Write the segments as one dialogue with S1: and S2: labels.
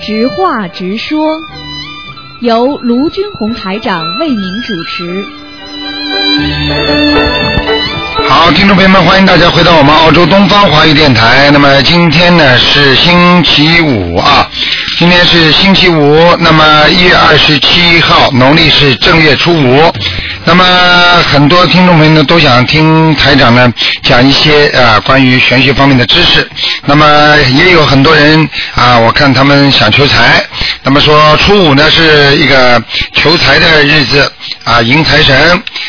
S1: 直话直说，由卢军红台长为您主持。
S2: 好，听众朋友们，欢迎大家回到我们澳洲东方华语电台。那么今天呢是星期五啊，今天是星期五，那么一月二十七号，农历是正月初五。那么很多听众朋友呢都想听台长呢讲一些啊关于玄学方面的知识。那么也有很多人啊，我看他们想求财，那么说初五呢是一个求财的日子啊，迎财神。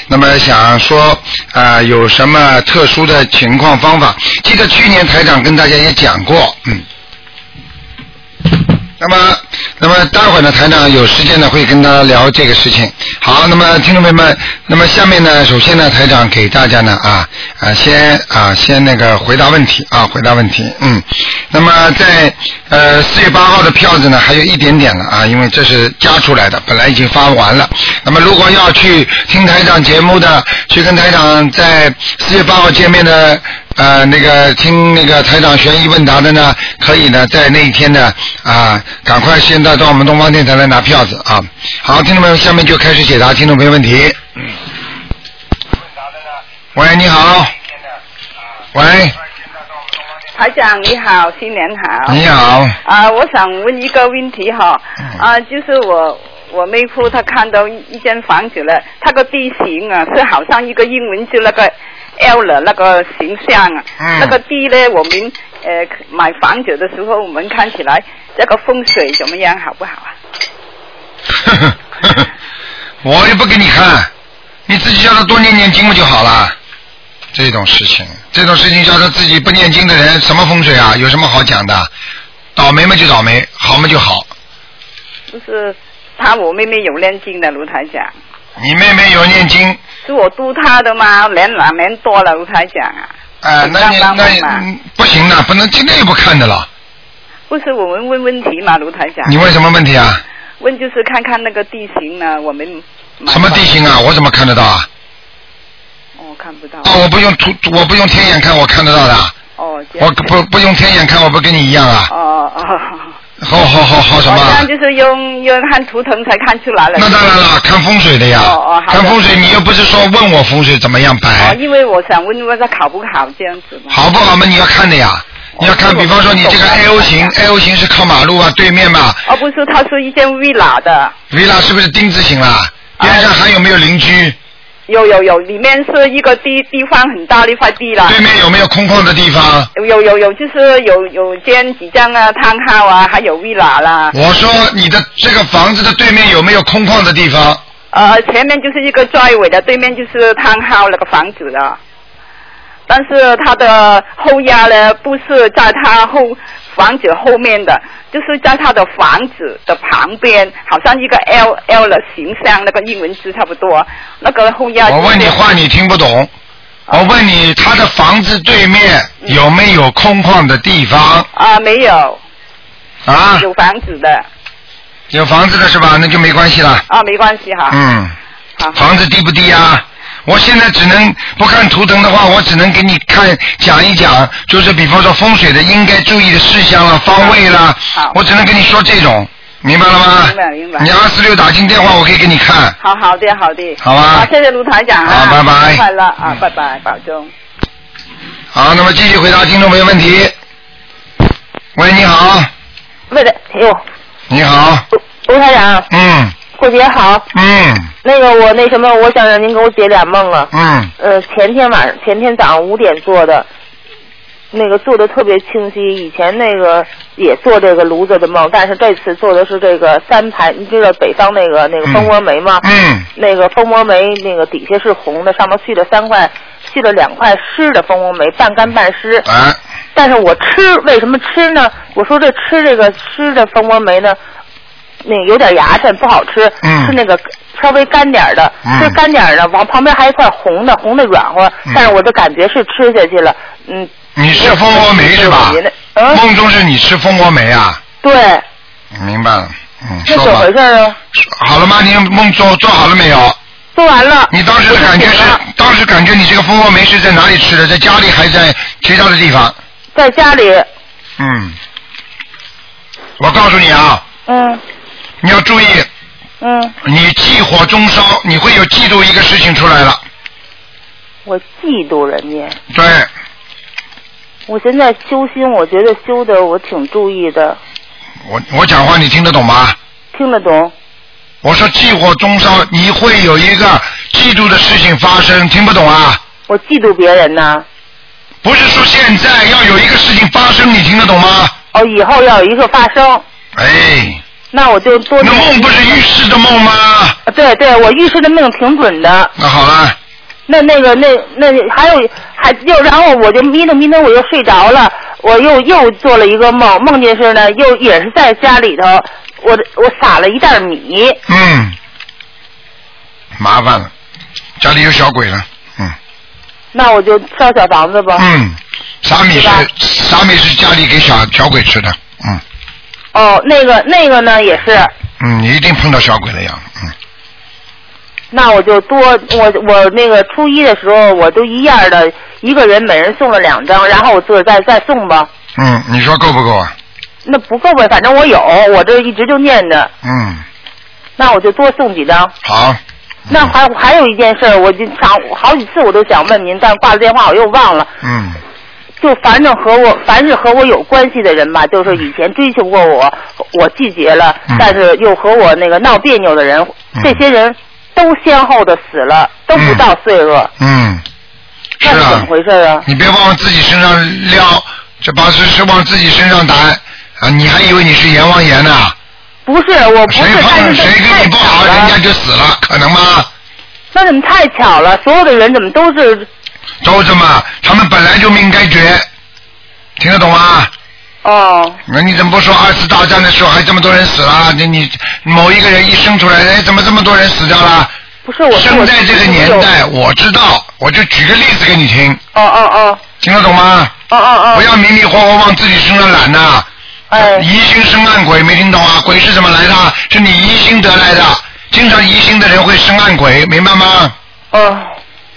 S2: 那么想说啊，有什么特殊的情况方法？记得去年台长跟大家也讲过，嗯。那么，那么待会儿呢，台长有时间呢会跟他聊这个事情。好，那么听众朋友们，那么下面呢，首先呢，台长给大家呢啊啊先啊先那个回答问题啊回答问题，嗯，那么在呃四月八号的票子呢还有一点点了啊，因为这是加出来的，本来已经发完了。那么如果要去听台长节目的，去跟台长在四月八号见面的。呃，那个听那个台长悬疑问答的呢，可以呢，在那一天呢，啊、赶快现在到我们东方电台来拿票子啊！好，听众朋友，下面就开始解答听众朋友问题。喂，你好。喂，
S3: 台长你好，新年好。
S2: 你好，
S3: 啊，我想问一个问题哈，
S2: 哎
S3: 啊，就是我我妹夫他看到一一间房子了，它个地形啊是好像一个英文字那个 L 了那个形象啊，
S2: 嗯
S3: 那个地呢，我们呃买房子的时候，我们看起来这个风水怎么样，好不好啊？
S2: 我又不给你看，你自己叫他多念念经不就好了？这种事情，这种事情叫他自己不念经的人，什么风水啊？有什么好讲的？倒霉嘛就倒霉，好嘛就好。
S3: 就是他我妹妹有念经的卢台长，
S2: 你妹妹有念经，
S3: 是我督他的嘛，连两年多了卢台长啊。
S2: 啊，那你
S3: 帮帮
S2: 那
S3: 忙
S2: 你
S3: 吧
S2: 嗯不行的，不能今天也不看的了。
S3: 不是我们问问题嘛，卢台长。
S2: 你问什么问题啊？
S3: 问就是看看那个地形呢，我们买
S2: 什么地形啊？我怎么看得到啊？
S3: 房？哦，看不到。
S2: 啊，我不用图，我不用天眼看，我看得到的。
S3: 哦，这
S2: 我
S3: 样。
S2: 不不用天眼看，我不跟你一样啊？
S3: 哦哦。
S2: 好好好好什
S3: 好像
S2: 么？啊
S3: 就是用用看图腾才看出来了。
S2: 那当然了，看风水的呀。
S3: 哦哦好的
S2: 看风水，你又不是说问我风水怎么样
S3: 哦，
S2: 摆，
S3: 因为我想问问他考不考这样子嘛。。
S2: 好不好嘛？你要看的呀。你要看，
S3: 哦
S2: 比方说你这个
S3: 我不懂
S2: L 型
S3: 我不
S2: ，L 型是靠马路啊，对面嘛
S3: 哦，不是，他是一间 villa 的，
S2: ，villa 是不是丁字形啦？
S3: 哦
S2: 啊边上还有没有邻居？
S3: 有有有，里面是一个地地方很大的一块地啦。
S2: 对面有没有空旷的地方？
S3: 有有有有，就是有有间几张啊，汤号啊，还有 villa 啦。
S2: 我说你的这个房子的对面有没有空旷的地方？
S3: 呃，前面就是一个 driveway 的，对面就是汤 o 那个房子的。但是它的后压呢，不是在它后房子后面的，就是在它的房子的旁边，好像一个 L L 的形象，那个英文字差不多。那个后压、
S2: 我问你话你听不懂，
S3: 啊
S2: 我问你他的房子对面
S3: 嗯
S2: 有没有空旷的地方
S3: 啊、没有，
S2: 啊？
S3: 有房子的
S2: 有房子的是吧？那就没关系了。
S3: 啊，没关系哈。
S2: 嗯，
S3: 好好
S2: 房子低不低啊？我现在只能不看图腾的话，我只能给你看讲一讲，就是比方说风水的应该注意的事项了、方位啦
S3: 好，
S2: 我只能跟你说这种，明白了吗？
S3: 明白明白
S2: 你二四六打进电话，我可以给你看。
S3: 好好的好的。
S2: 好吧
S3: 啊，谢谢卢台长啊。
S2: 好拜拜
S3: 新年快乐啊，拜拜，保重。
S2: 好，那么继续回答听众朋友问题。喂，你好，
S4: 为了，哎呦，
S2: 你好，
S4: 卢台长，
S2: 嗯
S4: 过节好。
S2: 嗯
S4: 那个我那什么，我想让您给我解俩梦啊。
S2: 嗯，
S4: 呃，前天晚上，前天早上五点做的，那个做的特别清晰。以前那个也做这个炉子的梦，但是这次做的是这个三排，你知道北方那个那个蜂窝煤吗？
S2: 嗯
S4: 那个蜂窝煤那个底下是红的，上面续了三块，续了两块湿的蜂窝煤，半干半湿。
S2: 哎，
S4: 但是我吃为什么吃呢？我说这吃这个吃这蜂窝煤呢，那有点牙碜，不好吃。
S2: 嗯
S4: 吃那个稍微干点儿的，
S2: 嗯
S4: 吃干点儿的，往旁边还一块红的，红的软和
S2: 嗯。
S4: 但是我的感觉是吃下去了，嗯。
S2: 你吃蜂窝煤是吧
S4: 我觉得？嗯，
S2: 梦中是你吃蜂窝煤啊？
S4: 对，
S2: 明白了，嗯，
S4: 是
S2: 说
S4: 怎
S2: 吧
S4: 么回，事啊？
S2: 说好了吗？你梦做做好了没有？
S4: 做完了。
S2: 你当时的感觉是
S4: 我就醒了，
S2: 当时感觉你这个蜂窝煤是在哪里吃的？在家里还是在其他的地方？
S4: 在家里，
S2: 嗯，我告诉你啊，
S3: 嗯
S2: 你要注意，
S3: 嗯，
S2: 你忌火中烧，你会有嫉妒一个事情出来了。
S3: 我嫉妒人家。
S2: 对，
S3: 我现在修心，我觉得修的我挺注意的，
S2: 我我讲话你听得懂吗？
S3: 听得懂。
S2: 我说忌火中烧，你会有一个嫉妒的事情发生，听不懂啊？
S3: 我嫉妒别人呐。
S2: 不是说现在要有一个事情发生，你听得懂吗？
S3: 哦，以后要有一个发生，
S2: 哎，
S3: 那我就多
S2: 那梦不是预示的梦吗？
S3: 啊对对，我预示的命挺准的。
S2: 那好了，
S3: 那那个那那还有还又然后我就眯瞪眯瞪我就睡着了，我又又做了一个梦，梦见是呢又也是在家里头，我我撒了一袋米，
S2: 嗯，麻烦了，家里有小鬼了，嗯
S3: 那我就烧小房子吧。
S2: 嗯，撒米是
S3: 是吧
S2: 撒米是家里给小小鬼吃的，嗯
S3: 哦，那个那个呢也是，
S2: 嗯，你一定碰到小鬼了呀，嗯。
S3: 那我就多我我那个初一的时候我都一样的，一个人每人送了两张，然后我自个儿再再送吧。
S2: 嗯，你说够不够啊？
S3: 那不够呗，反正我有，我这一直就念着，
S2: 嗯，
S3: 那我就多送几张。
S2: 好。
S3: 那还还有一件事儿，我就想好几次我都想问您，但挂了电话我又忘了。
S2: 嗯
S3: 就反正和我凡是和我有关系的人吧，就是以前追求过我，我拒绝了
S2: 嗯，
S3: 但是又和我那个闹别扭的人，这些人都先后的死了，都不到岁数，
S2: 嗯，是
S3: 那是怎
S2: 啊
S3: 么，回事啊？
S2: 你别往自己身上撩，这把是是往自己身上担啊！你还以为你是阎王爷呢？
S3: 不是，我不
S2: 谁
S3: 是，
S2: 碰
S3: 但是
S2: 谁跟
S3: 这太
S2: 你不好，
S3: 巧
S2: 人家
S3: 了，
S2: 就死了，可能吗？
S3: 那怎么太巧了？所有的人怎么都是
S2: 都这么，他们本来就命该绝，听得懂吗？
S3: 哦？
S2: 那你怎么不说二次大战的时候还这么多人死了？你你某一个人一生出来，哎，怎么这么多人死掉了？
S3: 不是我说
S2: 生
S3: 我
S2: 在这个年代，我知道，我就举个例子给你听，
S3: 哦哦哦
S2: 听得懂吗？
S3: 哦哦
S2: 不
S3: 哦，
S2: 要迷迷惑惑往自己身上揽呐、
S3: 哎，
S2: 疑心生暗鬼，没听懂啊？鬼是怎么来的？是你疑心得来的。经常疑心的人会生暗鬼，明白吗？
S3: 哦。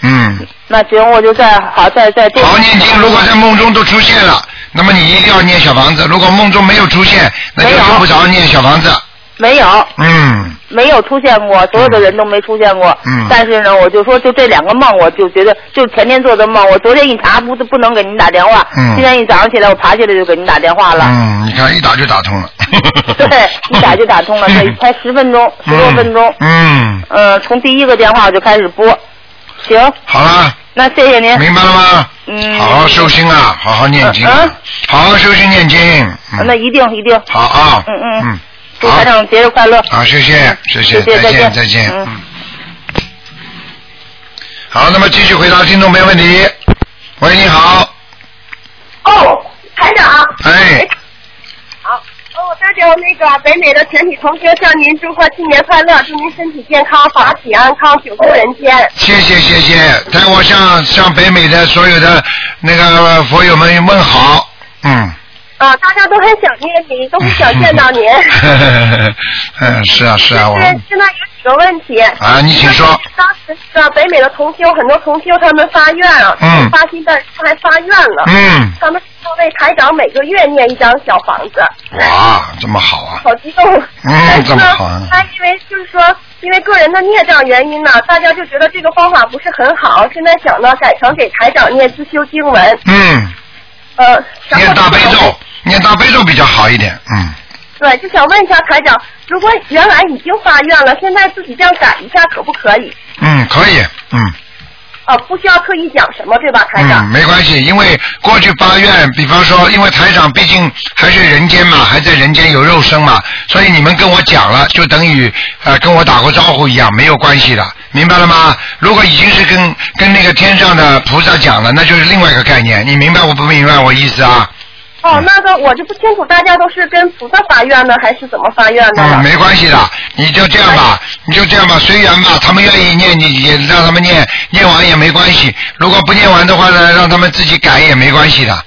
S2: 嗯。
S3: 那行，我就再好再再多。
S2: 好念经，如果在梦中都出现了，那么你一定要念小房子；如果梦中没有出现，那就
S3: 没有
S2: 用不着念小房子。
S3: 没有
S2: 嗯，
S3: 没有出现过，所有的人都没出现过。
S2: 嗯
S3: 但是呢，我就说，就这两个梦，我就觉得，就是前天做的梦。我昨天一查，不不能给您打电话。
S2: 嗯
S3: 今天一早上起来，我爬起来就给您打电话了。
S2: 嗯，你看一打就打通了。 嗯
S3: 对，一打就打通 了，这才十分钟，十多分钟。
S2: 嗯，嗯
S3: 嗯、从第一个电话我就开始播。行，
S2: 好了，
S3: 那谢谢您。
S2: 明白了吗？
S3: 嗯，
S2: 好好修心啊，好好念经啊
S3: 嗯，
S2: 好好修心念经。嗯
S3: 那一定一定。
S2: 好啊。
S3: 嗯嗯
S2: 嗯。
S3: 祝
S2: 好
S3: 台长节日快乐。
S2: 好，谢谢，谢谢，
S3: 谢谢
S2: 再
S3: 再
S2: 见，
S3: 见
S2: 再见。
S3: 嗯
S2: 嗯。好，那么继续回答听众没问题。喂，你好，
S4: 哦，台长。
S2: 哎，
S4: 好，哦，代表那个北美的全体同学向您祝贺新年快乐，祝您身体健康，法体安康，久住人间。
S2: 谢谢谢谢，代我向向北美的所有的那个佛友们问好，嗯。
S4: 啊，大家都很想念您，都很想见到您。
S2: 嗯，是啊嗯是啊，我
S4: 但是现在有几个问题。
S2: 啊，你请说，
S4: 当时那个北美的同修，很多同修他们发愿啊，
S2: 嗯
S4: 发心在他还发愿了，
S2: 嗯，
S4: 他们要为台长每个月念一张小房子，
S2: 哇，这么好啊，
S4: 好激动。
S2: 嗯，
S4: 但
S2: 这
S4: 是
S2: 么
S4: 呢
S2: 好啊，
S4: 他因为就是说，因为个人的孽障原因呢，大家就觉得这个方法不是很好，现在想呢改成给台长念自修经文，
S2: 嗯，
S4: 呃，然后
S2: 念大悲
S4: 就想
S2: 咒，念大悲咒比较好一点，嗯。
S4: 对，就想问一下台长，如果原来已经发愿了，现在自己这样改一下可不可以？
S2: 嗯，可以，嗯
S4: 啊、不需要特意讲什么，对吧，台
S2: 嗯，
S4: 长？
S2: 没关系，因为过去发愿，比方说，因为台长毕竟还是人间嘛，还在人间有肉身嘛，所以你们跟我讲了，就等于呃跟我打过招呼一样，没有关系的，明白了吗？如果已经是跟跟那个天上的菩萨讲了，那就是另外一个概念，你明白我不明白我意思啊？
S4: 哦，那个我就不清楚，大家都是跟菩萨发愿呢，还是怎么发愿的
S2: 嗯，
S4: 了？
S2: 没关系的，你就这样吧，你就这样吧，随缘吧。他们愿意念，你也让他们念，念完也没关系。如果不念完的话呢，让他们自己改也没关系的，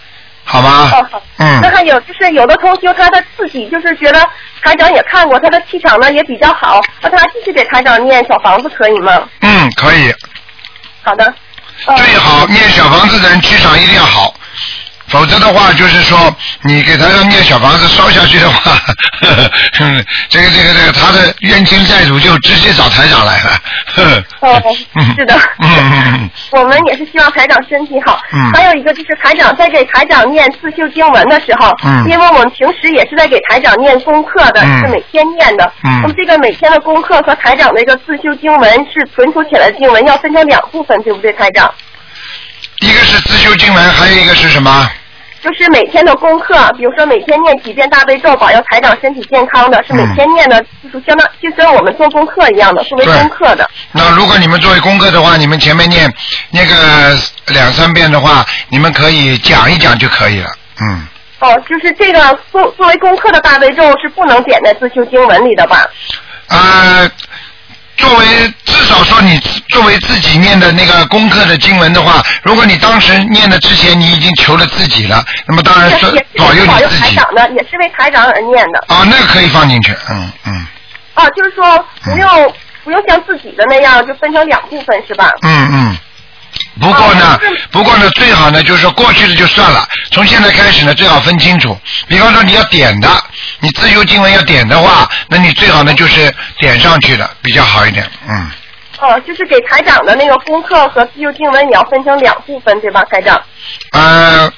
S2: 好吗
S4: 哦好？
S2: 嗯
S4: 那，还有就是有的同修他的自己就是觉得台长也看过，他的气场呢也比较好，那他继续给台长念小房子可以吗？
S2: 嗯，可以。
S4: 好的。呃
S2: 最好念小房子的人气场一定要好，否则的话就是说你给他要念小房子烧下去的话， 呵呵嗯这个这个这个他的冤亲债主就直接找台长来了。呵呵
S4: 哦
S2: 嗯，
S4: 是的
S2: 嗯嗯嗯，
S4: 我们也是希望台长身体好。
S2: 嗯
S4: 还有一个就是台长在给台长念自修经文的时候，
S2: 嗯
S4: 因为我们平时也是在给台长念功课的，
S2: 嗯
S4: 是每天念的。
S2: 嗯
S4: 那么这个每天的功课和台长的一个自修经文是存储起来的经文，要分成两部分，对不对，台长？
S2: 一个是自修经文，还有一个是什么？
S4: 就是每天的功课，比如说每天念几遍大悲咒，保佑台长身体健康
S2: 嗯
S4: 的，是每天念的，就是相当就跟我们做功课一样的，是为
S2: 对
S4: 功课的。
S2: 那如果你们作为功课的话，你们前面念那个两三遍的话，你们可以讲一讲就可以了。嗯，
S4: 哦，就是这个作作为功课的大悲咒是不能点在自修经文里的吧？
S2: 呃，作为至少说你作为自己念的那个功课的经文的话，如果你当时念的之前你已经求了自己了，那么当然
S4: 也
S2: 说
S4: 是也是
S2: 呃保佑
S4: 保
S2: 你
S4: 佑
S2: 自
S4: 台
S2: 己。
S4: 长的，也是为台长而念的。
S2: 啊，那个可以放进去，嗯嗯
S4: 哦，就是说不用、不用像自己的那样，就分成两部分是吧？
S2: 嗯嗯。不过呢
S4: 哦那是，
S2: 不过呢，最好呢就是说过去的就算了，从现在开始呢最好分清楚。比方说你要点的，你自由经文要点的话，那你最好呢就是点上去的比较好一点，嗯。
S4: 哦，就是给台长的那个功课和自由经文也要分成两部分对吧，台长？
S2: 呃，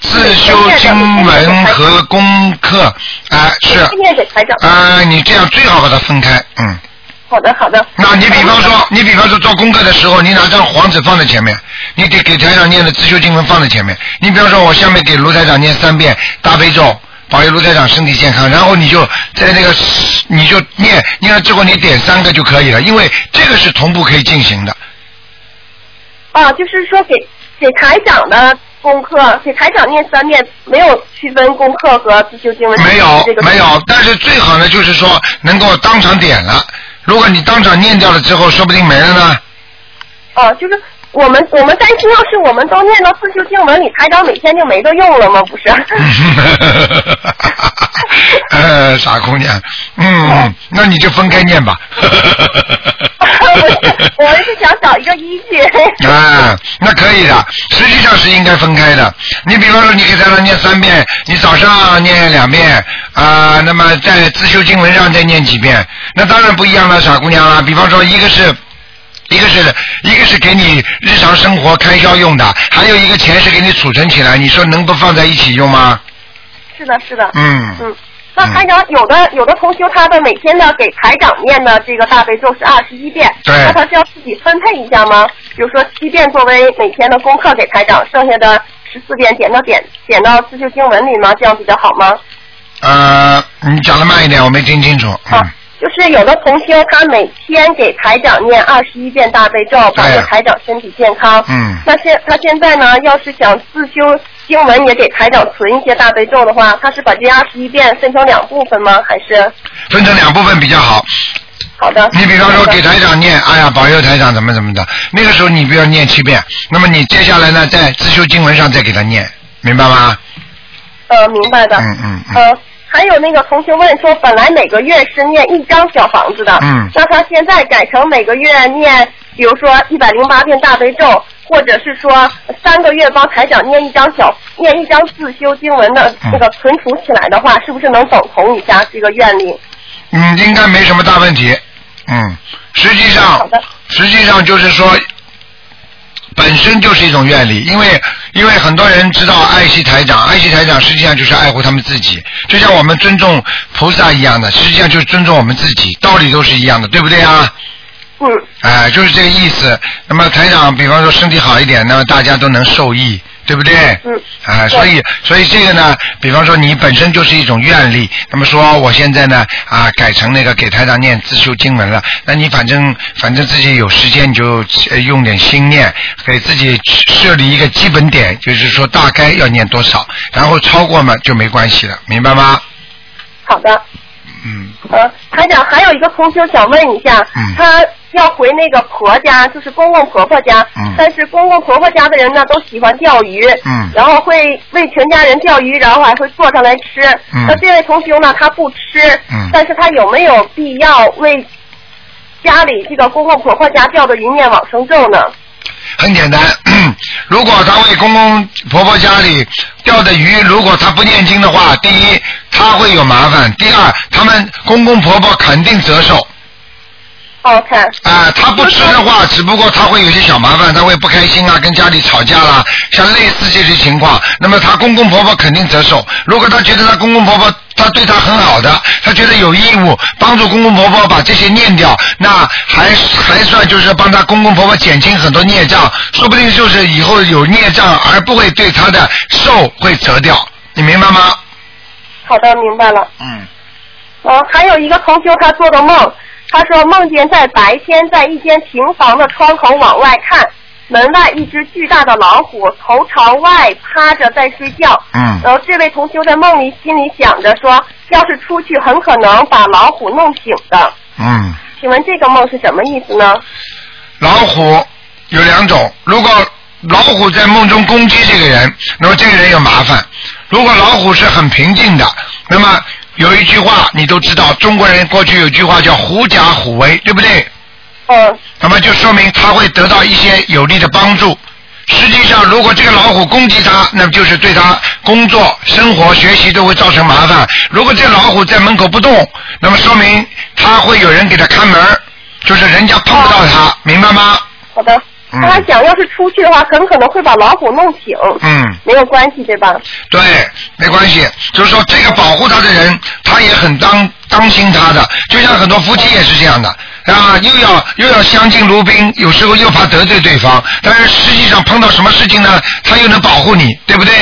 S2: 自修经文和功课啊、是
S4: 今天给台长。
S2: 啊、你这样最好把它分开，嗯。
S4: 好的，好的。
S2: 那你比方说，你比方说做功课的时候，你拿张黄纸放在前面，你给给台长念的自修经文放在前面。你比方说，我下面给卢台长念三遍大悲咒，保佑卢台长身体健康，然后你就在那个你就念念了之后，你点三个就可以了，因为这个是同步可以进行的。
S4: 啊，就是说给给台长的功课，给台长念三遍，没有区分功课和自修经文。
S2: 没有
S4: 这个
S2: 没有，但是最好呢，就是说能够当场点了。如果你当场念掉了之后，说不定没了 呢。
S4: 哦，就是我们我们担心，要是我们都念到四修经文里，台长每天就没得用了吗？不是？
S2: 呃，傻姑娘， 嗯，那你就分开念吧。
S4: 我是想找一个依据。
S2: 啊，那可以的，实际上是应该分开的。你比方说，你给他念三遍，你早上念两遍，啊、那么在自修经文上再念几遍，那当然不一样了，傻姑娘啦。比方说，一个是。一个是一个是给你日常生活开销用的，还有一个钱是给你储存起来，你说能不放在一起用吗？
S4: 是的，是的。
S2: 嗯，
S4: 嗯。那台长有的有的同修，他的每天呢给台长念的这个大悲咒是二十一遍，
S2: 对
S4: 那他是要自己分配一下吗？比如说七遍作为每天的功课给台长，剩下的十四遍点到点点到自修经文里吗？这样比较好吗？
S2: 呃，你讲的慢一点，我没听清楚。嗯，
S4: 啊，就是有的同修他每天给台长念二十一遍大悲咒，保
S2: 对
S4: 佑台长身体健康。
S2: 嗯
S4: 那现他现在呢，要是想自修经文，也给台长存一些大悲咒的话，他是把这二十一遍分成两部分吗？还是
S2: 分成两部分比较好。
S4: 好的？
S2: 你比方说
S4: 好的
S2: 给台长念，哎呀，保佑台长怎么怎么的，那个时候你不要念七遍，那么你接下来呢，在自修经文上再给他念，明白吗？
S4: 呃，明白的。
S2: 嗯嗯嗯
S4: 呃，还有那个同学问说，本来每个月是念一张小房子的，
S2: 嗯
S4: 那他现在改成每个月念，比如说一百零八遍大悲咒，或者是说三个月帮台长念一张小念一张自修经文的
S2: 嗯
S4: 那个存储起来的话，是不是能等同一下这个愿力？
S2: 嗯，应该没什么大问题。嗯，实际
S4: 好
S2: 上
S4: 的，
S2: 实际上就是说，本身就是一种愿力，因为因为很多人知道爱惜台长，爱惜台长实际上就是爱护他们自己，就像我们尊重菩萨一样的，实际上就是尊重我们自己，道理都是一样的，对不对啊？
S4: 嗯，
S2: 哎、就是这个意思。那么台长，比方说身体好一点，那么大家都能受益，对不对？
S4: 嗯
S2: 啊、所以所以这个呢，比方说你本身就是一种愿力，那么说我现在呢啊改成那个给台长念自修经文了，那你反正反正自己有时间你就呃用点心念，给自己设立一个基本点，就是说大概要念多少，然后超过嘛就没关系了，明白吗？
S4: 好的。
S2: 嗯，
S4: 呃，台长，还有一个同学想问一下，
S2: 嗯
S4: 他要回那个婆家，就是公公婆婆家，
S2: 嗯
S4: 但是公公婆婆家的人呢，都喜欢钓鱼，
S2: 嗯
S4: 然后会为全家人钓鱼，然后还会做上来吃。
S2: 嗯
S4: 那这位同学呢，他不吃，
S2: 嗯
S4: 但是他有没有必要为家里这个公公婆婆家钓的鱼念往生咒呢？
S2: 很简单， 如果他为公公婆婆家里钓的鱼，如果他不念经的话，第一他会有麻烦，第二他们公公婆婆肯定折寿。
S4: OK，
S2: 啊、他不吃的话，只不过他会有些小麻烦，他会不开心啊，跟家里吵架啦，像类似这些情况，那么他公公婆婆肯定折寿。如果他觉得他公公婆婆他对他很好的，他觉得有义务帮助公公婆婆把这些念掉，那还还算就是帮他公公婆婆减轻很多孽障，说不定就是以后有孽障而不会对他的寿会折掉，你明白吗？
S4: 好的，明白了。
S2: 嗯，
S4: 嗯，还有一个同修他做的梦，他说梦见在白天在一间平房的窗口往外看，门外一只巨大的老虎头朝外趴着在睡觉。
S2: 嗯
S4: 然后这位同修在梦里心里想着说，要是出去很可能把老虎弄醒的。
S2: 嗯。
S4: 请问这个梦是什么意思呢？
S2: 老虎有两种，如果老虎在梦中攻击这个人，那么这个人有麻烦；如果老虎是很平静的，那么有一句话你都知道，中国人过去有句话叫“狐假虎威”，对不对？
S4: 嗯，
S2: 那么就说明他会得到一些有力的帮助。实际上，如果这个老虎攻击他，那么就是对他工作、生活、学习都会造成麻烦。如果这老虎在门口不动，那么说明他会有人给他看门儿，就是人家碰不到他，明白吗？
S4: 好的。
S2: 嗯
S4: 他想要是出去的话，很可能会把老虎弄醒。
S2: 嗯，
S4: 没有关系，对吧？
S2: 对，没关系，就是说这个保护他的人，他也很当当心他的，就像很多夫妻也是这样的啊，又要又要相敬如宾，有时候又怕得罪对方，但是实际上碰到什么事情呢，他又能保护你，对不对？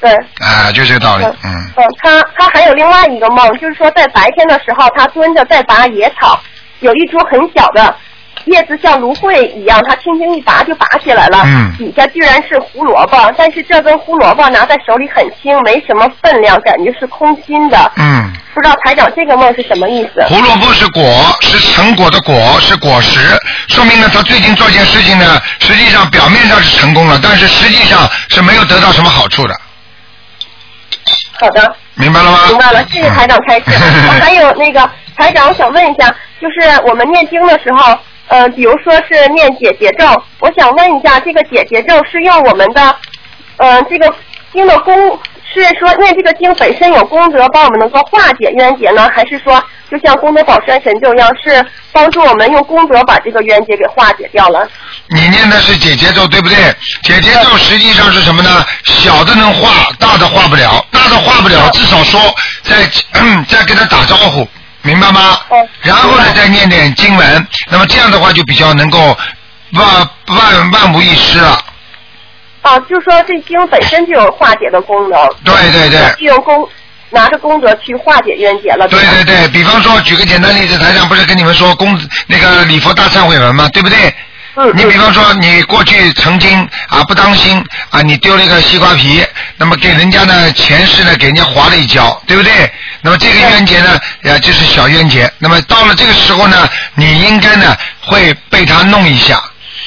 S4: 对。
S2: 啊，就这个道理
S4: 嗯，
S2: 嗯，
S4: 嗯，他他还有另外一个梦，就是说在白天的时候，他蹲着在拔野草，有一株很小的叶子像芦荟一样，他轻轻一拔就拔起来了，
S2: 嗯
S4: 底下居然是胡萝卜，但是这根胡萝卜拿在手里很轻，没什么分量，感觉是空心的。
S2: 嗯，
S4: 不知道台长这个梦是什么意思？
S2: 胡萝卜是果，是成果的果，是果实，说明呢他最近做件事情呢，实际上表面上是成功了，但是实际上是没有得到什么好处的，
S4: 好的，
S2: 明白了吗？
S4: 明白了，谢谢台长 开示。
S2: 嗯
S4: 还有那个台长，我想问一下，就是我们念经的时候，呃，比如说是念解结咒，我想问一下，这个解结咒是用我们的，呃，这个经的功，是说念这个经本身有功德，帮我们能够化解冤结呢，还是说就像功德宝山神咒一样，是帮助我们用功德把这个冤结给化解掉了？
S2: 你念的是姐姐咒，对不对？姐姐咒实际上是什么呢？小的能化，大的化不了，大的化不了，至少说 再再跟他打招呼，明白吗
S4: 嗯？
S2: 然后呢，再念点经文，那么这样的话就比较能够万万万无一失了。
S4: 啊，就说这经本身就有化解的功能，
S2: 对对对。
S4: 就用功拿着功德去化解冤结了，
S2: 对
S4: 吧
S2: 对对，比方说，举个简单例子，台上不是跟你们说公那个礼佛大忏悔文吗？对不对？
S4: 嗯
S2: 你比方说，你过去曾经啊不当心啊，你丢了一个西瓜皮，那么给人家呢前世呢给人家划了一跤，对不对？那么这个冤结呢，呃、就是小冤结。那么到了这个时候呢，你应该呢会被他弄一下。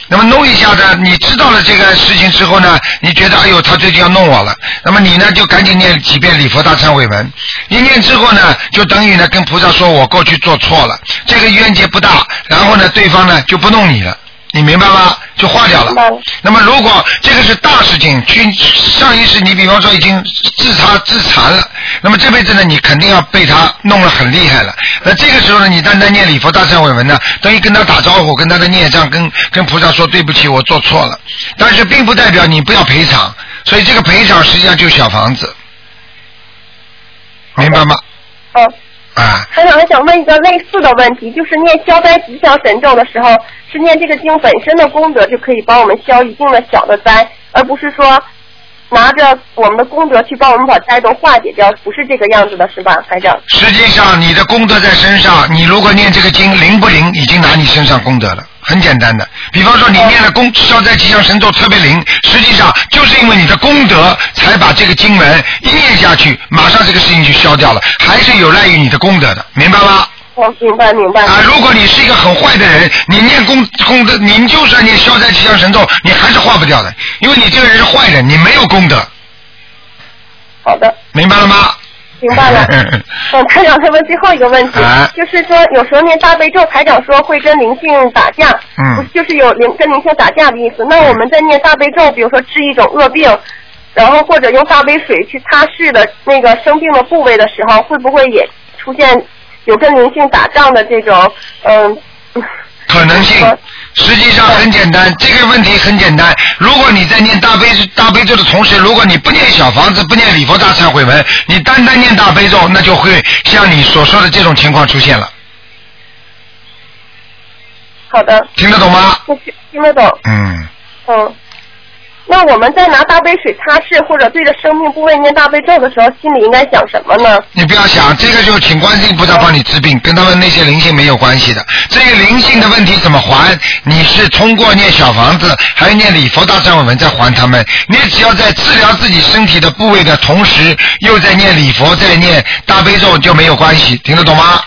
S2: 那么弄一下呢，你知道了这个事情之后呢，你觉得哎呦，他最近要弄我了，那么你呢就赶紧念几遍礼佛大忏悔文，一念之后呢，就等于呢跟菩萨说我过去做错了，这个冤结不大，然后呢对方呢就不弄你了。你明白吗？就化掉了
S4: 明白了。
S2: 那么如果这个是大事情，去上一世你比方说已经自杀自残了，那么这辈子呢你肯定要被他弄得很厉害了。那这个时候呢，你单单念礼佛大忏悔文呢，等于跟他打招呼，跟他的孽障，跟跟菩萨说对不起，我做错了。但是并不代表你不要赔偿，所以这个赔偿实际上就是小房子，明白吗？
S4: 嗯。
S2: 啊，
S4: 台长还想问一个类似的问题，就是念消灾吉祥神咒的时候，是念这个经本身的功德就可以帮我们消一定的小的灾，而不是说拿着我们的功德去帮我们把灾都化解掉，不是这个样子的，是吧，台长？
S2: 实际上你的功德在身上，你如果念这个经灵不灵，已经拿你身上功德了，很简单的。比方说你念了功消灾吉祥神咒特别灵，实际上就是因为你的功德才把这个经文一念下去，马上这个事情就消掉了，还是有赖于你的功德的，明白吗？
S4: 我、哦明白明白。
S2: 啊，如果你是一个很坏的人，你念功功德，你就算念消灾吉祥神咒，你还是化不掉的，因为你这个人是坏人，你没有功德，
S4: 好的，
S2: 明白了吗？
S4: 明 白了。嗯，台长，再问最后一个问题，
S2: 啊
S4: 就是说有时候念大悲咒，台长说会跟灵性打架，
S2: 嗯
S4: 不是就是有灵跟灵性打架的意思。那我们在念大悲咒，比如说治一种恶病，然后或者用大杯水去擦拭的那个生病的部位的时候，会不会也出现有跟灵性打仗的这种嗯？
S2: 可能性
S4: 我。
S2: 实际上很简单，这个问题很简单。如果你在念大悲大悲咒的同时，如果你不念小房子，不念礼佛大忏悔文，你单单念大悲咒，那就会像你所说的这种情况出现了。
S4: 好的，
S2: 听得懂吗？
S4: 那听听得懂。
S2: 嗯，
S4: 嗯，那我们在拿大杯水擦拭或者对着生命部位念大悲咒的时候，心里应该想什么呢？
S2: 你不要想这个就请观世音菩萨帮你治病，跟他们那些灵性没有关系的。这个灵性的问题怎么还？你是通过念小房子，还有念礼佛大忏悔文在还他们。你只要在治疗自己身体的部位的同时，又在念礼佛，在念大悲咒就没有关系，听得懂吗？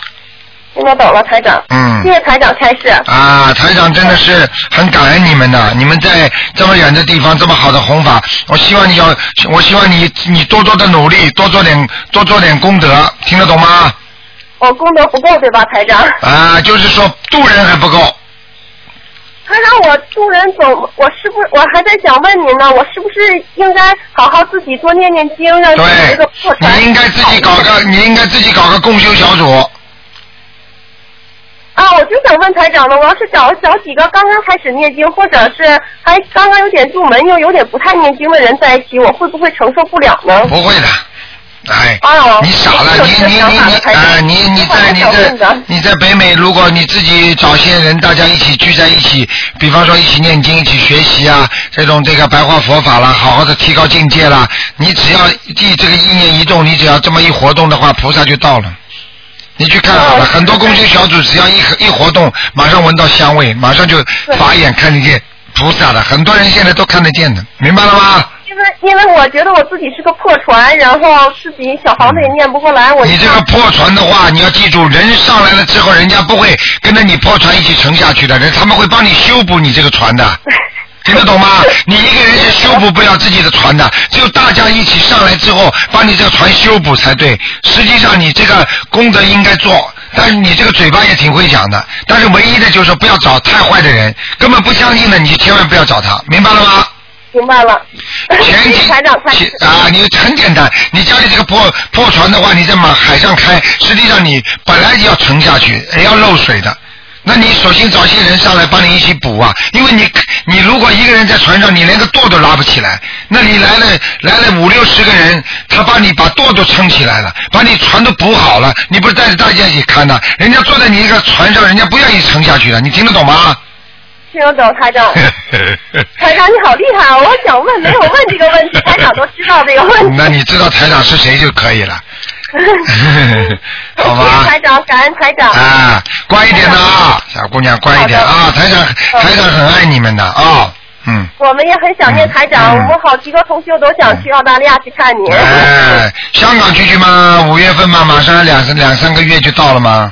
S4: 听得懂了，台长。
S2: 嗯
S4: 谢谢台长开示。
S2: 啊，台长真的是很感恩你们呐、你们在这么远的地方，这么好的弘法，我希望你要，我希望你你多多的努力，多做点多做点功德，听得懂吗？
S4: 我功德不够对吧，台 长？
S2: 啊，就是说渡人还不够，
S4: 他让我助人总，我是不我还在想问您呢，我是不是应该好好自己多念念经，让自己有一个
S2: 对
S4: 破，
S2: 你应该自己搞个，你应该自己搞个共修小组，
S4: 啊！我就想问台长呢，我要是找找几个刚刚开始念经，或者是还刚刚有点入门又有点不太念经的人在一起，我会不会承受不了呢？
S2: 不会的，哎。
S4: 啊，
S2: 你傻了，
S4: 我
S2: 你
S4: 是有
S2: 你
S4: 这个
S2: 你
S4: 想法
S2: 你啊，你你在
S4: 的台长
S2: 你
S4: 我想问
S2: 在
S4: 的
S2: 你在北美，如果你自己找些人，大家一起聚在一起，比方说一起念经、一起学习啊，这种这个白话佛法啦，好好的提高境界啦，你只要一这个意念一动，你只要这么一活动的话，菩萨就到了。你去看好了，
S4: 哦
S2: 很多公修小组只要一一活动，马上闻到香味，马上就法眼看得见菩萨了。很多人现在都看得见的，明白了吗？
S4: 因为因为我觉得我自己是个破船，然后自己小房子也念不过来，我
S2: 你这个破船的话，你要记住，人上来了之后，人家不会跟着你破船一起沉下去的，人他们会帮你修补你这个船的，听得懂吗？你一个人是修补不了自己的船的，只有大家一起上来之后，把你这个船修补才对。实际上，你这个功德应该做，但是你这个嘴巴也挺会讲的，但是唯一的就是不要找太坏的人，根本不相信的你就千万不要找他，明白了吗？
S4: 明白了。
S2: 前 提
S4: 台长，台
S2: 前啊，你很简单，你家里这个破破船的话，你在马海上开，实际上你本来就要沉下去，也要漏水的。那你索性找些人上来帮你一起补啊，因为你你如果一个人在船上，你连个舵都拉不起来，那你来了来了五六十个人，他把你把舵都撑起来了，把你船都补好了，你不是带着大家一起看的，人家坐在你一个船上，人家不愿意沉下去的，你听得懂吗？
S4: 听得懂，台长。台长你好厉害啊！我想问，没有问这个 问题，台长都知道这个问题。
S2: 那你知道台长是谁就可以了。 好
S4: 谢
S2: 吧。
S4: 谢台长，感恩台长。
S2: 啊，乖一点的啊，小姑娘乖一点啊，台长
S4: 嗯
S2: 台长很爱你们的啊，嗯。
S4: 我们也很想念台
S2: 嗯
S4: 长，
S2: 嗯
S4: 我们好几个同学都想去澳大利亚去看你。
S2: 哎，香港去去嘛，五月份嘛，马上两三两三个月就到了嘛，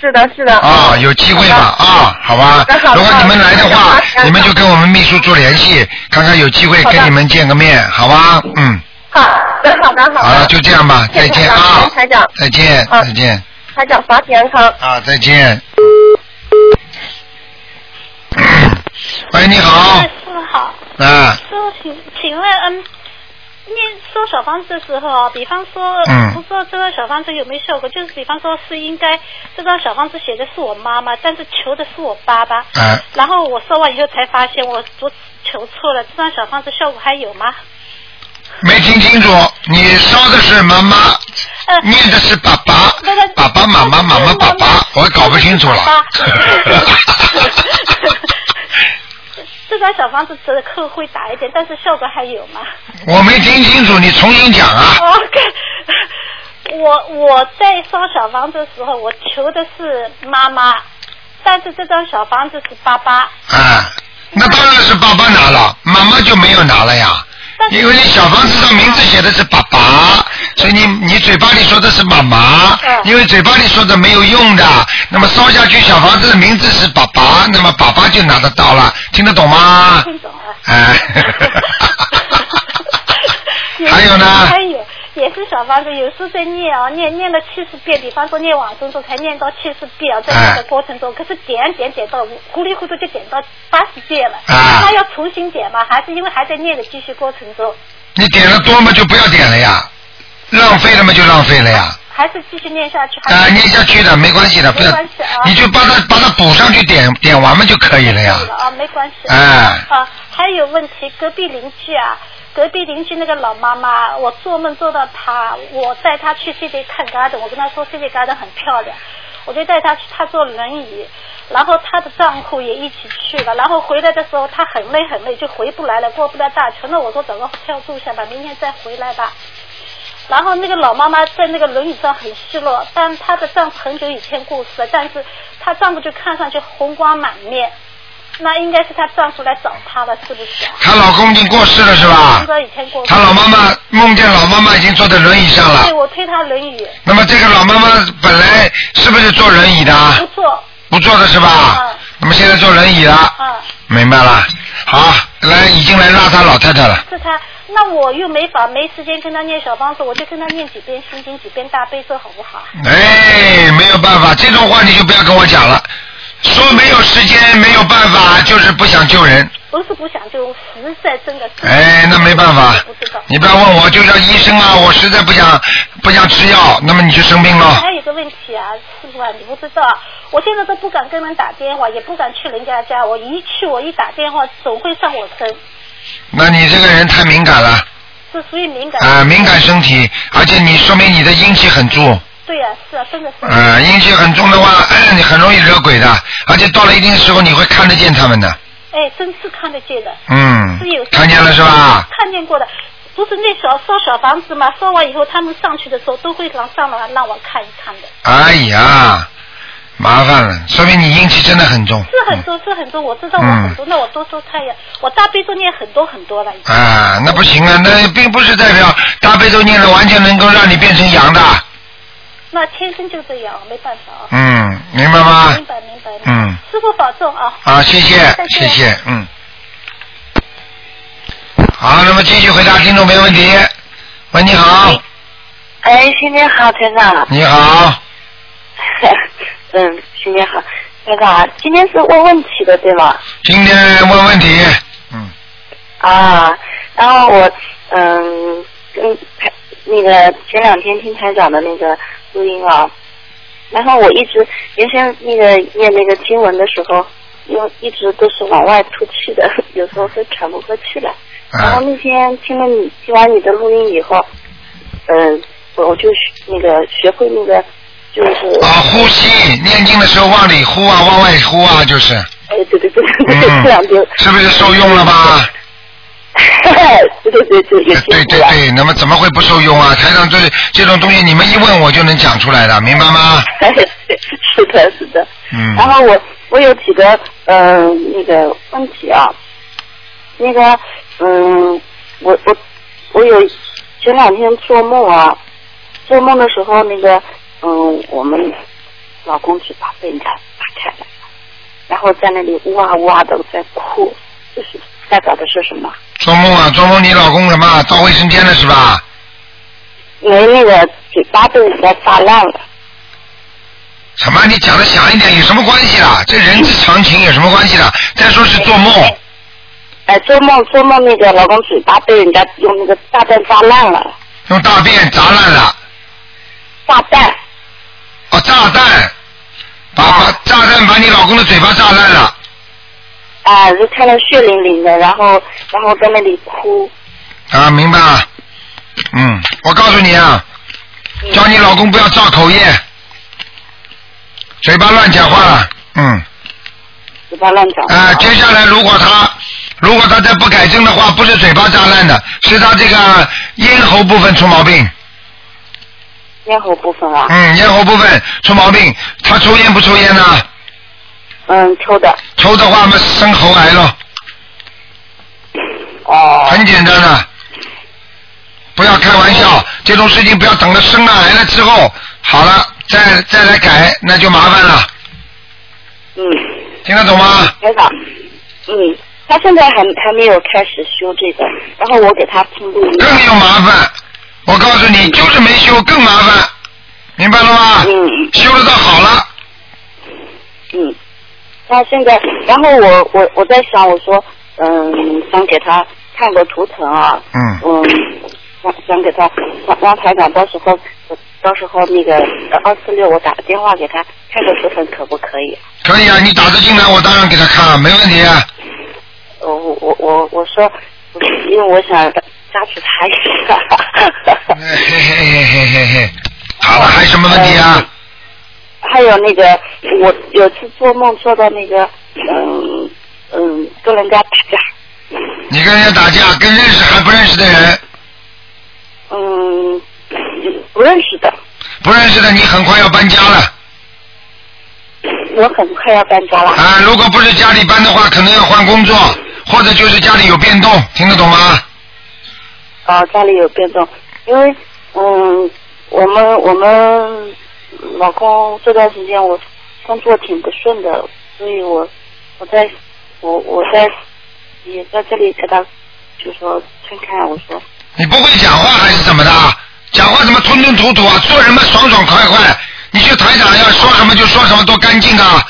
S4: 是的，是的。
S2: 啊，有机会嘛，啊，好吧
S4: 嗯那。好
S2: 如果你们来的
S4: 那好
S2: 话，
S4: 那
S2: 你们就跟我们秘书做联系，看看有机会
S4: 好的
S2: 跟你们见个面，好吧？嗯，
S4: 好的，好的，
S2: 好了，就这样吧，再
S4: 谢谢
S2: 见
S4: 台
S2: 啊
S4: 长，台长
S2: 再见，
S4: 啊
S2: 再见。
S4: 台长法体安康。
S2: 啊，再见。喂，你好
S5: 哎，师傅好，
S2: 啊，
S5: 师傅请请问，嗯，念收小房子的时候啊，比方说，
S2: 嗯
S5: 不知道这个小房子有没有效果，就是比方说是应该这张小房子写的是我妈妈，但是求的是我爸爸，
S2: 啊，
S5: 然后我收完以后才发现我我求错了，这张小房子效果还有吗？
S2: 没听清楚，你说的是妈妈，
S5: 呃，
S2: 念的是爸爸
S5: 那个，
S2: 爸爸妈妈，妈妈爸爸，我搞不清楚了
S5: 爸 爸。这张小房子折的扣会打一点，但是效果还有吗？
S2: 我没听清楚，你重新讲啊。
S5: OK，我 我在烧小房子的时候，我求的是妈妈，但是这张小房子是爸爸，
S2: 啊，那当然是爸爸拿了，妈妈就没有拿了呀。
S5: 但是
S2: 因为你小房子上名字写的是爸爸，所以你你嘴巴里说的是妈妈
S5: 嗯，
S2: 因为嘴巴里说的没有用的。那么烧下去，小房子的名字是爸爸，那么爸爸就拿得到了，听得懂吗？
S5: 听懂了。
S2: 哎，还有呢，
S5: 还有也是小房子，有时候在念啊，念念了七十遍，比方说念往生咒才念到七十遍啊，在
S2: 哎
S5: 那个过程中，可是点点点到糊里糊涂就点到八十遍了，
S2: 啊
S5: 那要重新点吗？还是因为还在念的继续过程中，
S2: 你点的多嘛就不要点了呀，浪费了嘛就浪费了 呀。
S5: 还是继续念下去？还
S2: 啊，
S5: 是
S2: 念下去的，没关系的，不要
S5: 没关系啊，
S2: 你就把它把它补上去点，点完嘛就可以了呀。
S5: 了啊，没关系。
S2: 哎
S5: 啊，还有问题，隔壁邻居啊，隔壁邻居那个老妈妈，我做梦做到她，我带她去 CD 看 garden，我跟她说 CD garden 很漂亮，我就带她去，她坐轮椅，然后她的丈夫也一起去了，然后回来的时候她很累很累，就回不来了，过不了大桥，那我说找个 hotel 住下吧，明天再回来吧。然后那个老妈妈在那个轮椅上很失落，但她的丈夫很久以前过世了，但是她丈夫就看上去红光满面，那应该是她丈夫来找她了，是不是啊？
S2: 她老公已经过世了是吧
S5: 很？早以前过世。
S2: 她老妈妈梦见老妈妈已经坐在轮椅上
S5: 对，
S2: 了。
S5: 我推她轮椅，
S2: 那么这个老妈妈本来是不是坐轮椅的啊？
S5: 不错，
S2: 不坐的是吧
S5: 嗯？
S2: 那么现在坐轮椅了，
S5: 嗯，
S2: 明白了。好，来已经来拉她老太太了。
S5: 是她。那我又没法没时间跟她念小房子，我就跟她念几遍心经，几遍大悲咒，好不好？
S2: 哎，没有办法，这种话你就不要跟我讲了。说没有时间，没有办法，就是不想救人。
S5: 不是不想，就实在真的是。
S2: 哎，那没办法
S5: 不知道，。
S2: 你不要问我，就叫医生啊，我实在不想不想吃药，那么你就生病了。
S5: 还有一个问题啊，师傅啊，你不知道，我现在都不敢跟人打电话，也不敢去人家家，我一去我一打电话总会上我身，
S2: 那你这个人太敏感了
S5: 是属于敏感。
S2: 啊、敏感身体，而且你说明你的阴气很重，
S5: 对呀、是啊，真的是。
S2: 呃，阴气很重的话，哎你很容易惹鬼的，而且到了一定时候你会看得见他们的，
S5: 哎，真是看得见的，
S2: 嗯
S5: 是有，
S2: 看见了是吧？？
S5: 看见过的，不是那小烧小房子嘛，烧完以后他们上去的时候都会让上来让我看一看的，
S2: 哎呀，麻烦了，说明你阴气真的很重。
S5: 是很
S2: 嗯
S5: 多是很多，我知道我很多，那我多说太阳，我大悲咒念很多很多了已经。
S2: 啊，那不行啊，那并不是代表大悲咒念了完全能够让你变成阳的，
S5: 那天生就这样，没办法啊。
S2: 嗯，明白吗
S5: 明？白明白。明白
S2: 嗯，
S5: 师傅保重啊。
S2: 啊，谢谢
S5: 再，
S2: 谢
S5: 见
S2: 谢，嗯。好，那么继续回答听众没问题。喂，你好，
S4: 哎，新年好，台长。
S2: 你好，
S4: 嗯，新年好，台长。今天是问问题的，对吗？
S2: 今天问问题，嗯，
S4: 啊，然后我嗯跟台那个前两天听台长的那个录音啊，然后我一直原先那个念那个经文的时候，又一直都是往外吐气的， 有时候是喘不过气来。然
S2: 啊
S4: 后，那天听了你听完你的录音以后，嗯，我我就学那个学会那个就是
S2: 啊，呼吸，念经的时候往里呼啊，往外呼啊，就是，
S4: 哎，对对对对对，这两
S2: 嗯
S4: 天，，
S2: 是不是受用了吧？
S4: 对对对对，有进
S2: 对
S4: 步
S2: 对
S4: 了。
S2: 对，那么怎么会不受用啊？台上这这种东西，你们一问我就能讲出来的，明白吗？
S4: 是的，是的。
S2: 嗯
S4: 然后我我有几个嗯、呃、那个问题啊，那个嗯，我我我有前两天做梦啊，做梦的时候那个嗯，我们老公嘴巴被人家打开了，然后在那里呜啊呜啊的在哭，这是代表的是什么？
S2: 做梦啊，做梦，你老公什么啊到卫生间了是吧？
S4: 没那个嘴巴被人家砸烂了。
S2: 什么？你讲的响一点，有什么关系啦？这人之常情有什么关系啦？再说是做梦，
S4: 哎，做梦做梦那个老公嘴巴被人家用那个炸弹砸烂了，
S2: 用大便砸烂了，
S4: 炸弹
S2: 哦，炸弹，把把炸弹把你老公的嘴巴炸烂了，
S4: 啊、就看到血淋淋的，然后然后在那里哭，
S2: 啊，明白了？嗯，我告诉你啊，叫你老公不要造口业，嘴巴乱讲话了，嗯。
S4: 嘴巴乱长。
S2: 啊，接下来如果他如果他再不改正的话，不是嘴巴炸烂的，是他这个咽喉部分出毛病。
S4: 咽喉部分啊，
S2: 嗯，咽喉部分出毛病，他抽烟不抽烟呢、
S4: 嗯，抽的，
S2: 抽的话嘛，生喉癌咯，
S4: 哦，
S2: 很简单的、啊不要开玩笑，这种事情不要等到生了癌了之后，好了再再来改，那就麻烦了。
S4: 嗯，
S2: 听得懂吗？
S4: 台长，嗯，他现在还还没有开始修这个，然后我给他听录音，
S2: 更有麻烦。我告诉你，就是没修更麻烦，明白了吗？
S6: 嗯
S2: 修了倒好了，
S6: 嗯，那现在，然后我我我在想，我说，嗯，想给他看个图腾啊，
S2: 嗯，
S6: 嗯，想想给他让让台长到时候，到时候那个二四六我打个电话给他看个图腾可不可以？
S2: 可以啊，你打得进来，我当然给他看了，没问题啊。
S6: 呃我我我我说，我因为我想加持他一
S2: 嘿
S6: 下。
S2: 嘿嘿嘿嘿嘿，好了，还有什么问题啊？
S6: 还有那个，我有次做梦做到那个，嗯嗯，跟人家打架，
S2: 你跟人家打架，跟认识还不认识的人，
S6: 嗯， 不认识的，
S2: 不认识的你很快要搬家了
S6: 我很快要搬家了。
S2: 啊！如果不是家里搬的话，可能要换工作，或者就是家里有变动，听得懂吗？
S6: 啊，家里有变动，因为嗯，我们我们老公这段时间我工作挺不顺的，所以我我在我我在也在这里给他就说看看，我说
S2: 你不会讲话还是怎么的？讲话怎么吞吞吐吐啊？做人嘛爽爽快快，你去台长要说什么就说什么，多干净啊！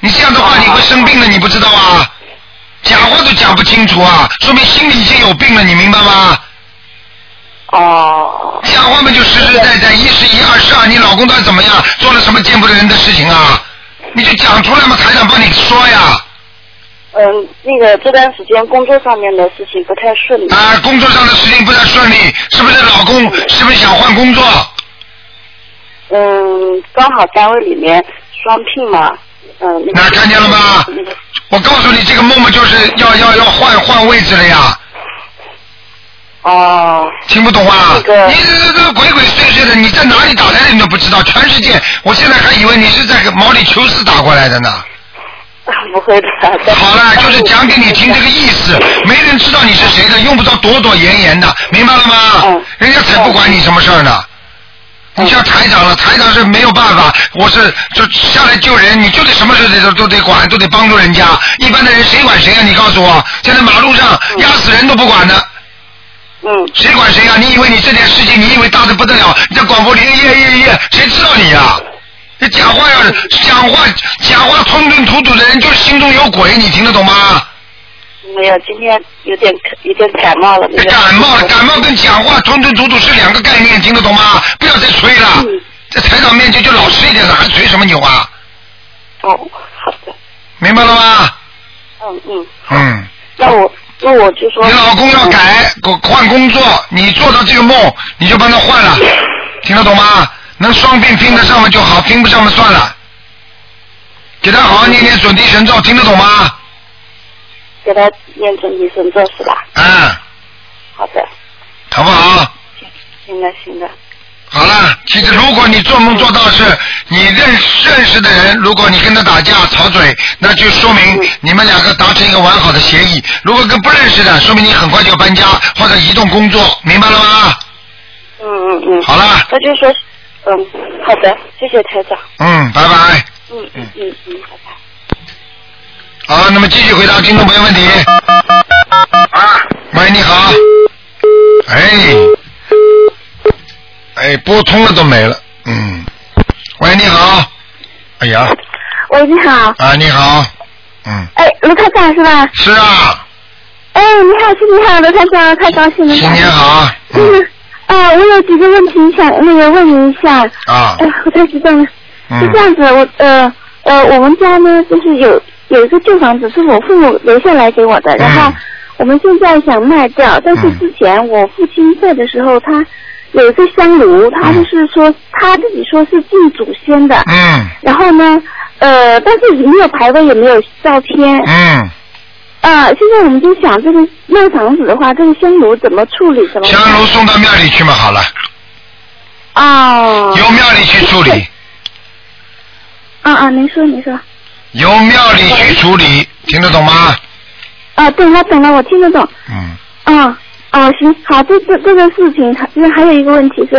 S2: 你这样的话你会生病的，你不知道啊？讲话都讲不清楚啊，说明心里已经有病了，你明白吗？
S6: 哦，
S2: 讲话嘛就实实在在，一十一二十二，你老公到底怎么样，做了什么见不得人的事情啊？你就讲出来嘛，台长帮你说呀。
S6: 嗯，那个这段时间工作上面的事情不太顺利，
S2: 啊，工作上的事情不太顺利，是不是老公是不是想换工作？
S6: 嗯，刚好单位里面双聘嘛，嗯，那个
S2: 那看见了吗
S6: 那个
S2: 我告诉你，这个梦梦就是要要要换换位置了呀，
S6: 哦，
S2: 听不懂啊
S6: 那？个
S2: 你这这这鬼鬼祟祟的，你在哪里打来的你都不知道，全世界，我现在还以为你是在毛里求斯打过来的呢。
S6: 不会的。
S2: 好了，就是讲给你听这个意思，没人知道你是谁的，用不着躲躲严严的，明白了吗
S6: 嗯？
S2: 人家才不管你什么事儿呢。你像台长了，台长是没有办法，我是就下来救人，你就得什么事都都得管，都得帮助人家。一般的人谁管谁啊？你告诉我，现在马路上压死人都不管的，
S6: 嗯。
S2: 谁管谁啊？你以为你这点事情，你以为大的不得了？你在广播里哎耶耶耶，谁知道你呀、你讲话要讲话讲话吞吞吐吐的人，就是心中有鬼，你听得懂吗？
S6: 没有，今天有点咳有点感冒了。那个
S2: 哎感冒，感冒跟讲话吞吞吐吐是两个概念，听得懂吗？不要再吹了
S6: 嗯，
S2: 在台长面前就老实一点了，还吹什么牛啊？
S6: 哦，好的，
S2: 明白了吗？
S6: 嗯嗯，
S2: 嗯，
S6: 那我那我就说。
S2: 你老公要改，给换工作，你做到这个梦，你就帮他换了，听得懂吗？能双拼拼得上嘛就好，拼不上嘛算了。给他好好念念准提神咒，听得懂吗？
S6: 给他验证医生证是吧？
S2: 嗯，
S6: 好的，
S2: 好不好？
S6: 行的行的，
S2: 好了，其实如果你做梦做到是你认认识的人，如果你跟他打架吵嘴，那就说明你们两个达成一个完好的协议。如果跟不认识的，说明你很快就要搬家或者移动工作，明白了吗？
S6: 嗯嗯嗯。
S2: 好了，
S6: 那就说，嗯，好的，谢谢台长，
S2: 嗯，拜拜。
S6: 嗯嗯嗯嗯，好的。
S2: 好，那么继续回答听众朋友问题。啊，喂，你好。哎，哎，拨通了都没了。嗯，喂，你好。哎呀，
S7: 喂，你好，
S2: 啊，你好。嗯，
S7: 哎，卢台长是吧？
S2: 是啊。
S7: 哎，你好，新年好，卢台长，太高兴了。
S2: 新 年好，嗯
S7: 嗯。啊，我有几个问题想那个问您一下，
S2: 啊
S7: 哎，，我太激动了。是
S2: 嗯
S7: 这样子，我呃呃，我们家呢就是有有一个旧房子是我父母留下来给我的，然后
S2: 嗯
S7: 我们现在想卖掉，但是
S2: 嗯
S7: 之前我父亲在的时候，他有一个香炉，他
S2: 嗯
S7: 就是说他自己说是敬祖先的，
S2: 嗯
S7: 然后呢，呃，但是也没有牌位，也没有照片，
S2: 嗯，
S7: 啊，现在我们就想这个卖房子的话，这个香炉怎么处理？怎么办
S2: 香炉送到庙里去嘛，好了，
S7: 哦，
S2: 由庙里去处理，
S7: 啊啊，您说您说
S2: 由庙里去处理，听得懂吗？
S7: 啊，懂了懂了，我听得懂。
S2: 嗯
S7: 啊啊，行，好，这这这个事情，还就是还有一个问题是，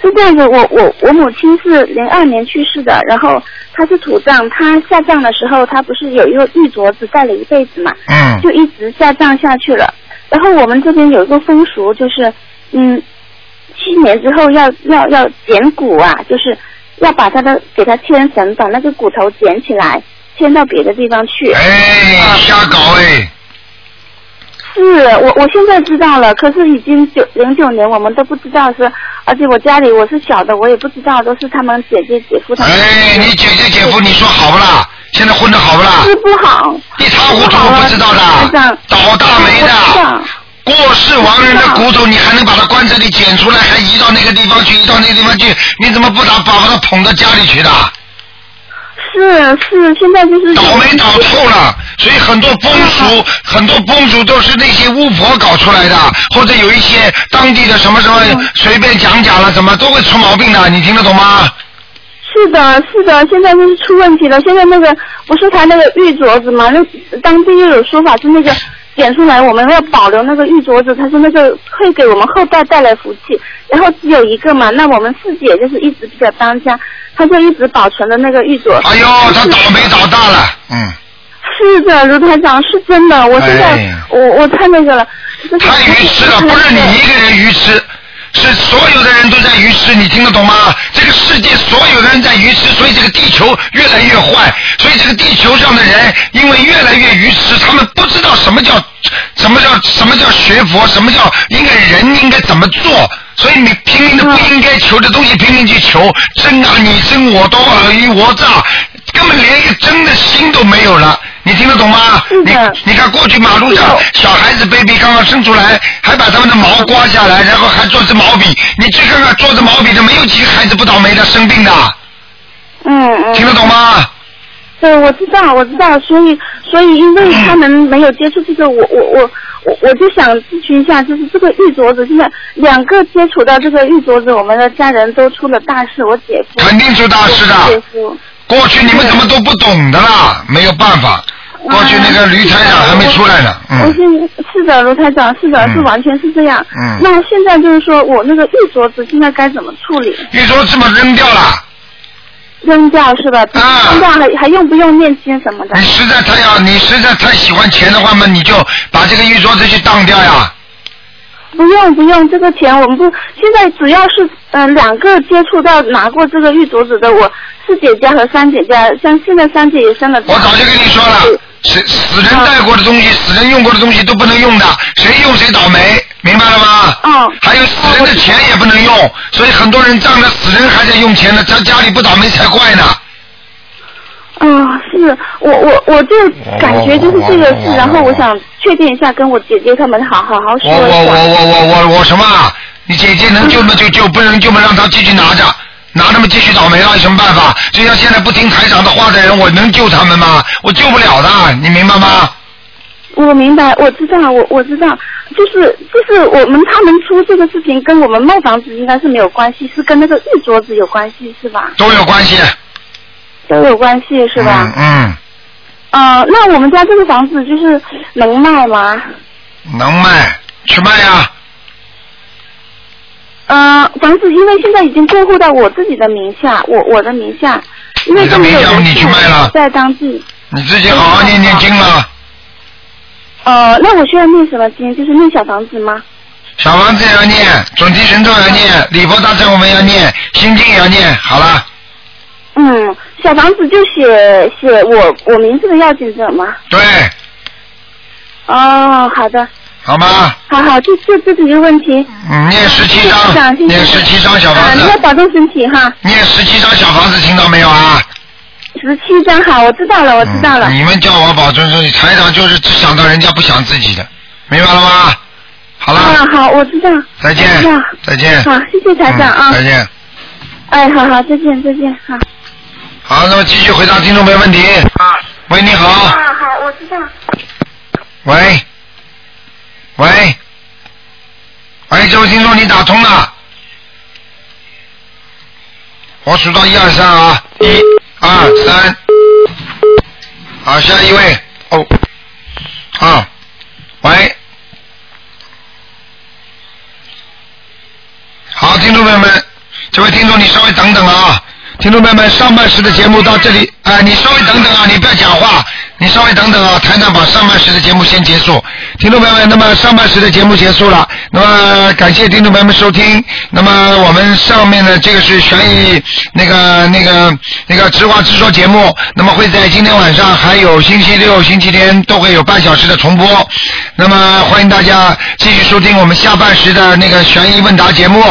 S7: 是这样子，我我我母亲是零二年去世的，然后她是土葬，她下葬的时候，她不是有一个玉镯子戴了一辈子嘛，
S2: 嗯
S7: 就一直下葬下去了。然后我们这边有一个风俗，就是嗯，七年之后要要要剪骨啊，就是要把他的给他牵绳，把那个骨头捡起来，牵到别的地方去。
S2: 哎，瞎搞哎，
S7: 是我我现在知道了，可是已经九零九年我们都不知道是，而且我家里我是小的，我也不知道都是他们姐姐姐夫他们。
S2: 哎，你姐姐姐夫，你说好不啦？现在混的好不啦？
S7: 是不好，
S2: 一塌糊涂，不知道
S7: 台
S2: 的，
S7: 长，
S2: 倒大霉
S7: 我知
S2: 的。
S7: 道
S2: 过世亡人的骨头，你还能把它棺材里捡出来，还移到那个地方去，移到那个地方去，你怎么不打把把它捧到家里去的？
S7: 是是，现在就是
S2: 倒霉倒透了，所以很多风俗，很多风俗都是那些巫婆搞出来的，或者有一些当地的什么什么随便讲讲了，怎么都会出毛病的，你听得懂吗？
S7: 是的，是的，现在就是出问题了。现在那个不是他那个玉镯子嘛？那当地又有说法是那个捡出来，我们要保留那个玉镯子，它是那个会给我们后代带来福气。然后只有一个嘛，那我们四姐就是一直比较当家，她就一直保存了那个玉镯。
S2: 哎呦，他倒霉倒大了，嗯，
S7: 是的，卢台长是真的，我现在、
S2: 哎呀
S7: 我我太那个了，就是
S2: 太愚痴了，不是你一个人愚痴。是所有的人都在愚痴，你听得懂吗？这个世界所有的人在愚痴，所以这个地球越来越坏，所以这个地球上的人因为越来越愚痴，他们不知道什么叫什么叫什么叫学佛，什么叫应该人应该怎么做，所以你拼命的不应该求的东西拼命去求，争啊你争我斗，尔虞我诈，根本连一个争的心都没有了。你听得懂吗？
S7: 是
S2: 你
S7: 的
S2: 你看过去马路上小孩子 baby 刚刚生出来，还把他们的毛刮下来，然后还做支毛笔。你去看看做支毛笔的，没有几个孩子不倒霉的生病的，
S7: 嗯嗯。
S2: 听得懂吗？
S7: 对，我知道，我知道，所以，所以，因为他们没有接触这个，我我我我我就想咨询一下，就是这个玉镯子，现在两个接触到这个玉镯子，我们的家人都出了大事，我姐夫，
S2: 肯定出大事的。
S7: 我姐夫，
S2: 过去你们怎么都不懂的啦？
S7: 嗯
S2: 没有办法，过去那个驴台长还没出来呢，
S7: 啊我
S2: 嗯，
S7: 现是的，卢台长，是的，
S2: 嗯
S7: 是完全是这样。
S2: 嗯
S7: 那现在就是说我那个玉镯子现在该怎么处理？
S2: 玉镯这么扔掉了，
S7: 扔掉是吧？
S2: 啊
S7: 扔掉了还用不用念经什么的
S2: 你？实在太要，你实在太喜欢钱的话嘛，你就把这个玉镯子去当掉呀。
S7: 不用不用，这个钱我们不。现在只要是嗯、呃两个接触到拿过这个玉镯子的，我四姐家和三姐家，像现在三姐也生了。
S2: 我早就跟你说了，死死人带过的东
S7: 啊
S2: 西，死人用过的东西都不能用的，谁用谁倒霉，明白了吗？
S7: 嗯
S2: 还有死人的钱也不能用，所以很多人仗着死人还在用钱呢，他家里不倒霉才怪呢。
S7: 嗯、是我我我就感觉就是这个事
S2: 我我，
S7: 然后我想确定一下，跟我姐姐他们好好好说
S2: 我我
S7: 一下。
S2: 我我我我我什么啊？你姐姐能救吗？就救，不能救嘛，让她继续拿着，拿着嘛继续倒霉了，有什么办法？就像现在不听台长的话的人，我能救他们吗？我救不了的，你明白
S7: 嗯
S2: 吗？
S7: 我明白，我知道，我我知道，就是就是我们他们出这个事情跟我们卖房子应该是没有关系，是跟那个玉镯子有关系是吧？
S2: 都有关系，
S7: 都有关系是吧？
S2: 嗯
S7: 嗯，那我们家这个房子就是能卖吗？
S2: 嗯，能卖去卖啊呀、
S7: 嗯，房子因为现在已经过户到我自己的名下，我我的名下，因为
S2: 你的
S7: 都没有
S2: 名下
S7: 人
S2: 你去
S7: 住
S2: 卖了
S7: 在当地。
S2: 你自己好好念念经了。
S7: 呃，那我需要念什么经？就是念小房子吗？
S2: 小房子也要念，准提神咒要念，礼佛大忏我们要念，心经也要念，好了，
S7: 嗯，小房子就写写我我名字的要紧者吗？
S2: 对，
S7: 哦，好的，
S2: 好吗？
S7: 好好，就就这几个问题。
S2: 嗯，念十七
S7: 谢谢
S2: 章
S7: 长，谢谢
S2: 念十七章小
S7: 啊，
S2: 房
S7: 你要
S2: 子，
S7: 保重身体哈。
S2: 念十七章小房子，听到没有啊？
S7: 十七张好，我知道了，我哦知道了。
S2: 嗯你们叫我保重身体，台长就是只想到人家不想自己的，明白了吗？好了，
S7: 啊，好，我知道。
S2: 再见
S7: 我知道，
S2: 再见。
S7: 好，谢谢台长啊
S2: 嗯。再见。
S7: 哎，好好，再见，再见，好。
S2: 好，那么继续回答听众朋友问题。啊。喂，你好。
S7: 啊，好，我知道。
S2: 喂，喂，喂，这位听众你打通了，我数到一二三啊，一二三，好，下一位，哦，啊，喂，好，听众朋友们，这位听众你稍微呃等等啊，听众朋友们，上半时的节目到这里，哎、你稍微等等啊，你不要讲话，你稍微等等啊，台长把上半时的节目先结束。听众朋友们，那么上半时的节目结束了，那么感谢听众朋友们收听。那么我们上面的这个是悬疑那个那个那个直话直说节目，那么会在今天晚上还有星期六、星期天都会有半小时的重播。那么欢迎大家继续收听我们下半时的那个悬疑问答节目。